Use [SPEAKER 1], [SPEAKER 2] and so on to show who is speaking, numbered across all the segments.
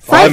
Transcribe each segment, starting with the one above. [SPEAKER 1] Five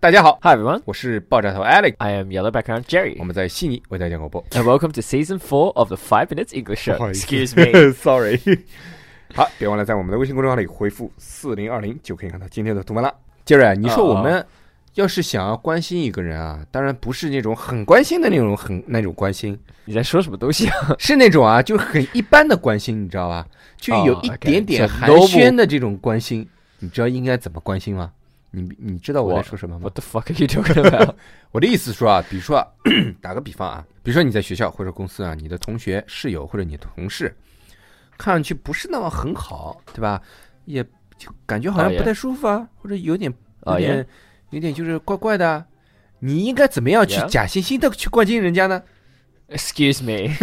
[SPEAKER 2] 大家好，
[SPEAKER 3] Hi everyone,
[SPEAKER 2] 我是爆炸头 Alex，
[SPEAKER 3] I am Yellow Background Jerry,
[SPEAKER 2] 我们在悉尼为大家广播。
[SPEAKER 3] and welcome to season four of the Five Minutes English Show.
[SPEAKER 2] 不好意思
[SPEAKER 3] Excuse me.
[SPEAKER 2] Sorry。好，别忘了在我们的微信公众号里回复四零二零，就可以看到今天的图文了。杰瑞，你说我
[SPEAKER 3] 啊
[SPEAKER 2] 们要是想要关心一个人啊，当然不是那种很关心的那种很那种关心，
[SPEAKER 3] 你在说什么东西啊？
[SPEAKER 2] 是那种啊，就很一般的关心，你知道吧？就有一点点
[SPEAKER 3] 哦，OK，
[SPEAKER 2] 寒暄的这种关心，你知道应该怎么关心吗？你你知道我在说什么吗
[SPEAKER 3] What？the fuck are you talking about?
[SPEAKER 2] 我的意思是说啊，比如说 啊，打个比方啊，比如说你在学校或者公司啊，你的同学、室友或者你的同事，看上去不是那么很好，对吧？也就感觉好像
[SPEAKER 3] 哦
[SPEAKER 2] 不
[SPEAKER 3] 耶
[SPEAKER 2] 太舒服啊，或者有点有
[SPEAKER 3] 哦耶
[SPEAKER 2] 点、有点就是怪怪的啊。你应该怎么样去
[SPEAKER 3] Yeah
[SPEAKER 2] 假惺惺的去关心人家呢？
[SPEAKER 3] Excuse me.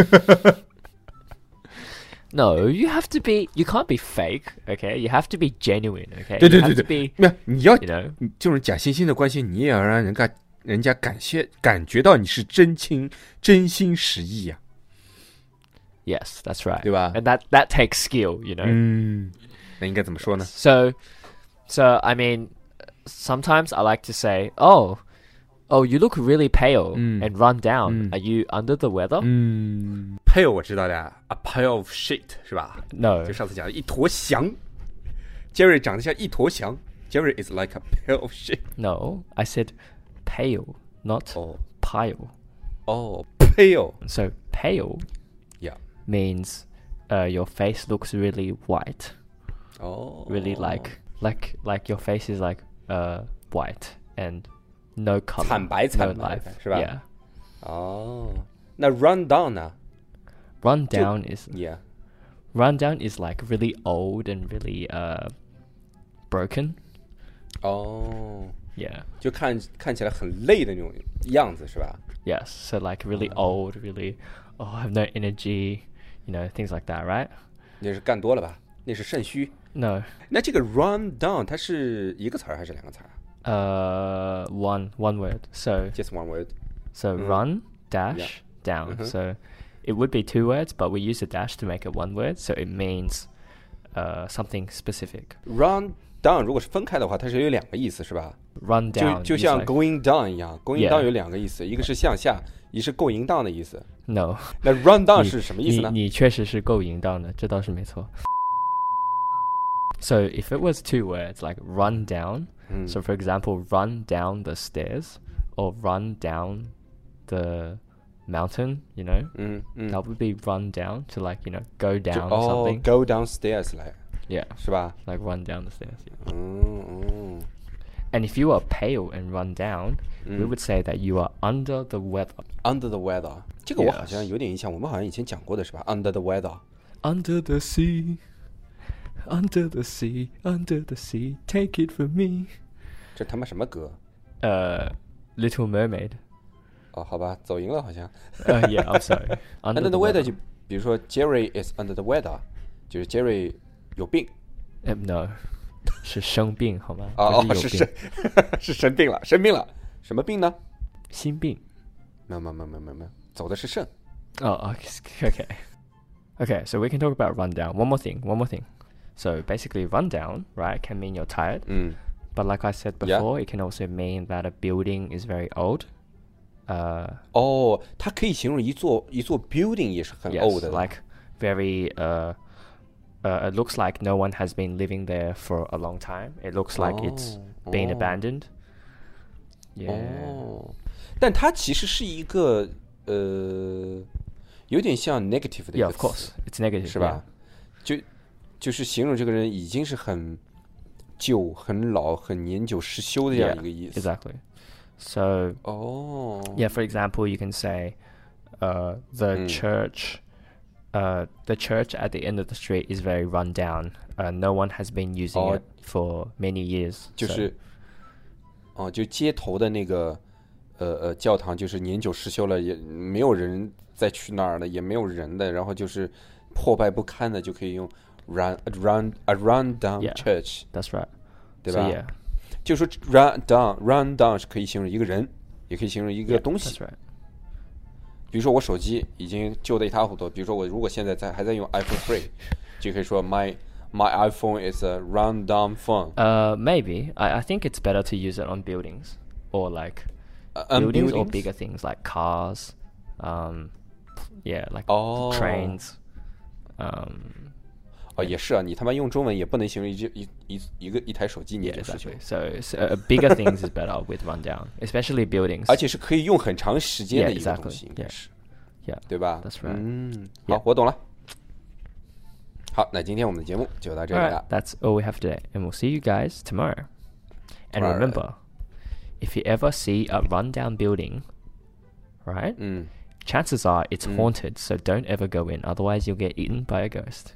[SPEAKER 3] No, you have to be. You can't be fake. Okay, you have to be genuine. Okay,
[SPEAKER 2] 对
[SPEAKER 3] you
[SPEAKER 2] 对
[SPEAKER 3] have
[SPEAKER 2] 对
[SPEAKER 3] to
[SPEAKER 2] 对
[SPEAKER 3] be.，
[SPEAKER 2] 没有，你要
[SPEAKER 3] You know,
[SPEAKER 2] 你这种假惺惺的关心，你也要让人家人家感谢感觉到你是真情真心实意呀、
[SPEAKER 3] yes, that's right.
[SPEAKER 2] 对吧
[SPEAKER 3] And that that takes skill. You know.
[SPEAKER 1] Mm.
[SPEAKER 2] 嗯，那应该怎么说呢？
[SPEAKER 3] So, so I mean, sometimes I like to say, "Oh, oh, you look really pale
[SPEAKER 2] Mm.
[SPEAKER 3] and run down.
[SPEAKER 2] Mm.
[SPEAKER 3] Are you under the weather?"
[SPEAKER 2] 嗯，pale 我知道的呀，a pile of shit 是吧？
[SPEAKER 3] No.
[SPEAKER 2] 就上次讲的一坨翔，Jerry 长得像一坨翔，Jerry is like a pile of shit。
[SPEAKER 3] No, I said pale, not
[SPEAKER 2] 哦
[SPEAKER 3] pile.
[SPEAKER 2] 哦，pale
[SPEAKER 3] So pale
[SPEAKER 2] yeah，
[SPEAKER 3] means uh, your face looks really white,
[SPEAKER 2] 哦
[SPEAKER 3] really like like like your face is like uh white and no color,
[SPEAKER 2] 惨白
[SPEAKER 3] no
[SPEAKER 2] -惨白-
[SPEAKER 3] life.
[SPEAKER 2] 是吧？
[SPEAKER 3] Yeah,
[SPEAKER 2] 哦，那 run down 呢
[SPEAKER 3] run down is
[SPEAKER 2] ？Yeah，
[SPEAKER 3] run down is like really old and really uh broken.
[SPEAKER 2] 哦，
[SPEAKER 3] Yeah.
[SPEAKER 2] 就看看起来很累的那种样子是吧？
[SPEAKER 3] Yes. So like really old, really oh I have no energy, you know things like that, right?
[SPEAKER 2] 那是干多了吧？那是肾虚。
[SPEAKER 3] No.
[SPEAKER 2] 那这个 run down 它是一个词儿还是两个词儿啊
[SPEAKER 3] Uh, one one word. So
[SPEAKER 2] ？Just one word。
[SPEAKER 3] So run dash down. So it would be two words, but we use a dash to make it one word. So it means uh, something specific.
[SPEAKER 2] Run down 如果是分开的话，它是有两个意思是吧？
[SPEAKER 3] Run
[SPEAKER 2] 就
[SPEAKER 3] down.
[SPEAKER 2] 就
[SPEAKER 3] is
[SPEAKER 2] 像
[SPEAKER 3] like-
[SPEAKER 2] going down 一样，going down
[SPEAKER 3] Yeah
[SPEAKER 2] 有两个意思，一个是向下，一是 going down 的意思。
[SPEAKER 3] no
[SPEAKER 2] 那 run down 是什么意思呢？
[SPEAKER 3] 你你确实是够淫荡的，这倒是没错。So if it was two words like run down,
[SPEAKER 2] 嗯
[SPEAKER 3] so for example, run down the stairs or run down the mountain, you know,
[SPEAKER 2] 嗯嗯，
[SPEAKER 3] that would be run down to like you know go
[SPEAKER 2] 就
[SPEAKER 3] down or
[SPEAKER 2] 哦
[SPEAKER 3] something.
[SPEAKER 2] oh, ，go downstairs 来
[SPEAKER 3] Yeah,
[SPEAKER 2] 是吧？
[SPEAKER 3] like run down the stairs. yeah.
[SPEAKER 2] 嗯嗯
[SPEAKER 3] And if you are pale and run down, we
[SPEAKER 2] Hmm。
[SPEAKER 3] would say that you are under the weather.
[SPEAKER 2] ，under the weather 这个我
[SPEAKER 3] Yes
[SPEAKER 2] 好像有点印象，我们好像以前讲过的是吧？under the weather。
[SPEAKER 3] Under the sea, under the sea, under the sea, take it from me.
[SPEAKER 2] 这他妈什么歌？
[SPEAKER 3] Uh, Little Mermaid.
[SPEAKER 2] 哦，好吧，走音了好像。
[SPEAKER 3] Uh, yeah, I'm sorry. Under,
[SPEAKER 2] Under the weather 就比如说 Jerry is under the weather，就是 Jerry 有病
[SPEAKER 3] Uh, no. 是生病好吗？
[SPEAKER 2] 啊哦，是生 是生病了，生病了，什么病呢？
[SPEAKER 3] 心病。Oh,
[SPEAKER 2] 没有没有没有没有没有没有，走的是肾。
[SPEAKER 3] okay. Oh, okay. Okay, so we can talk about rundown. One more thing, one more thing. So basically, rundown, right, can mean you're tired.
[SPEAKER 2] 嗯
[SPEAKER 3] But like I said
[SPEAKER 2] Yeah.
[SPEAKER 3] before, it can also mean that a building is very old. Uh,
[SPEAKER 2] 哦，它可以形容一座一座 building 也是很
[SPEAKER 3] yes,
[SPEAKER 2] old 的。
[SPEAKER 3] like very. Uh, uh, it looks like no one has been living there for a long time. It looks like it's been
[SPEAKER 2] Oh.
[SPEAKER 3] abandoned. Yeah.
[SPEAKER 2] 哦，但它其实是一个呃，有点像 negative 的一
[SPEAKER 3] Yeah,
[SPEAKER 2] 个
[SPEAKER 3] of
[SPEAKER 2] 词
[SPEAKER 3] course, it's negative.
[SPEAKER 2] 是吧？就就是形容这个人已经是很旧、很老、很年久失修的
[SPEAKER 3] Yeah.
[SPEAKER 2] 这
[SPEAKER 3] Yeah,
[SPEAKER 2] 样一个意思。
[SPEAKER 3] exactly. So
[SPEAKER 2] 哦，
[SPEAKER 3] yeah, for example, you can say, uh, the
[SPEAKER 2] Hmm.
[SPEAKER 3] church, uh, the church at the end of the street is very run down. Uh, no one has been using
[SPEAKER 2] Oh.
[SPEAKER 3] it for many years.
[SPEAKER 2] 就
[SPEAKER 3] so-
[SPEAKER 2] 是，哦，就街头的那个
[SPEAKER 4] 呃呃教堂就是年久失修了，也没有人再去那儿了，也没有人的，然后就是破败不堪的，就可以用 run run a run down
[SPEAKER 3] Yeah.
[SPEAKER 4] church，
[SPEAKER 3] That's right.
[SPEAKER 4] 对
[SPEAKER 3] So
[SPEAKER 4] 吧
[SPEAKER 3] yeah,
[SPEAKER 4] 就说 run down run down 是可以形容一个人，也可以形容一个
[SPEAKER 3] yeah,
[SPEAKER 4] 东西
[SPEAKER 3] That's right.
[SPEAKER 4] 比如说我手机已经旧的一塌糊涂，比如说我如果现在在还在用 iPhone three，就可以说 my my iPhone is a run down phone。
[SPEAKER 3] Uh, maybe I, I think it's better to use it on buildings or like 呃
[SPEAKER 4] Uh, on
[SPEAKER 3] buildings, or
[SPEAKER 4] buildings?
[SPEAKER 3] bigger things like cars. Um, yeah, like
[SPEAKER 4] Oh.
[SPEAKER 3] trains. Um,
[SPEAKER 4] 哦，也是啊，你他妈用中文也不能形容一句一一一个一台手机，你
[SPEAKER 3] yeah,
[SPEAKER 4] 就是球
[SPEAKER 3] exactly.，So, so uh, bigger things is better with rundown, especially buildings.
[SPEAKER 4] 而且是可以用很长时间的
[SPEAKER 3] Yeah,
[SPEAKER 4] 一个东西，
[SPEAKER 3] exactly.
[SPEAKER 4] 应
[SPEAKER 3] Yeah,
[SPEAKER 4] 该是
[SPEAKER 3] yeah.
[SPEAKER 4] 对吧
[SPEAKER 3] That's right.
[SPEAKER 4] 嗯，
[SPEAKER 3] Yeah.
[SPEAKER 4] 好，我懂了。好，那今天我们的节目就到这
[SPEAKER 3] All
[SPEAKER 4] 里
[SPEAKER 3] right,
[SPEAKER 4] 了。
[SPEAKER 3] that's all we have today, and we'll see you guys tomorrow. And
[SPEAKER 4] Tomorrow.
[SPEAKER 3] remember, if you ever see a rundown building, right?
[SPEAKER 4] 嗯，
[SPEAKER 3] Chances are it's
[SPEAKER 4] Mm.
[SPEAKER 3] haunted, so don't ever go in. Otherwise, you'll get eaten by a ghost.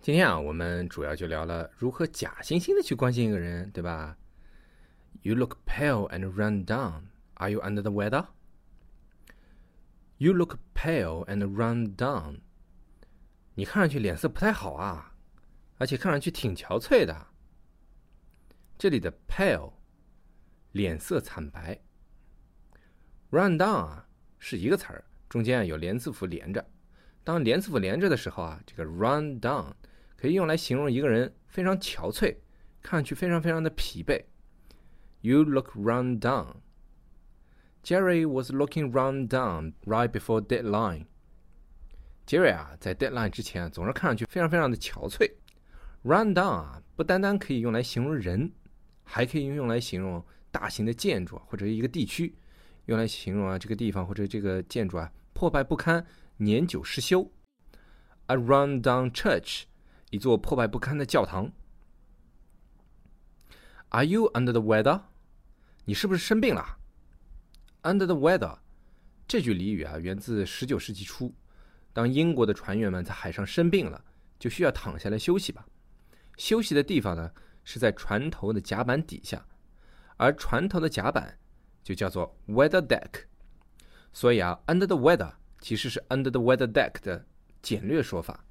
[SPEAKER 2] 今天啊，我们主要就聊了如何假惺惺的去关心一个人，对吧？You look pale and run down. Are you under the weather? You look pale and run down. 你看上去脸色不太好啊，而且看上去挺憔悴的。这里的 pale，脸色惨白。Run down 啊是一个词儿，中间啊有连字符连着。当连字符连着的时候啊，这个 run down 可以用来形容一个人非常憔悴，看上去非常非常的疲惫。You look run down. Jerry was looking run down right before deadline. Jerry 啊，在 deadline 之前啊总是看上去非常非常的憔悴。Run down 啊，不单单可以用来形容人，还可以用来形容大型的建筑啊或者一个地区，用来形容啊这个地方或者这个建筑啊破败不堪、年久失修。A run down church，一座破败不堪的教堂。Are you under the weather？你是不是生病了？Under the weather 这句俚语啊，源自19世纪初，当英国的船员们在海上生病了，就需要躺下来休息吧。休息的地方呢是在船头的甲板底下，而船头的甲板就叫做 weather deck。所以啊，under the weather 其实是 under the weather deck 的简略说法。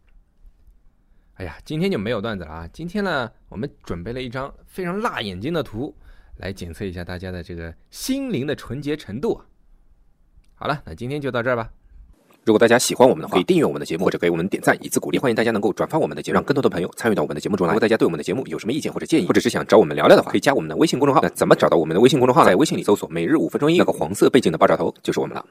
[SPEAKER 2] 哎呀，今天就没有段子了啊！今天呢，我们准备了一张非常辣眼睛的图，来检测一下大家的这个心灵的纯洁程度啊。好了，那今天就到这儿吧。如果大家喜欢我们的话，可以订阅我们的节目，或者给我们点赞以资鼓励。欢迎大家能够转发我们的节目，让更多的朋友参与到我们的节目中来。如果大家对我们的节目有什么意见或者建议，或者是想找我们聊聊的话，可以加我们的微信公众号。那怎么找到我们的微信公众号呢？在微信里搜索“每日五分钟英语”，那个黄色背景的爆炸头就是我们了。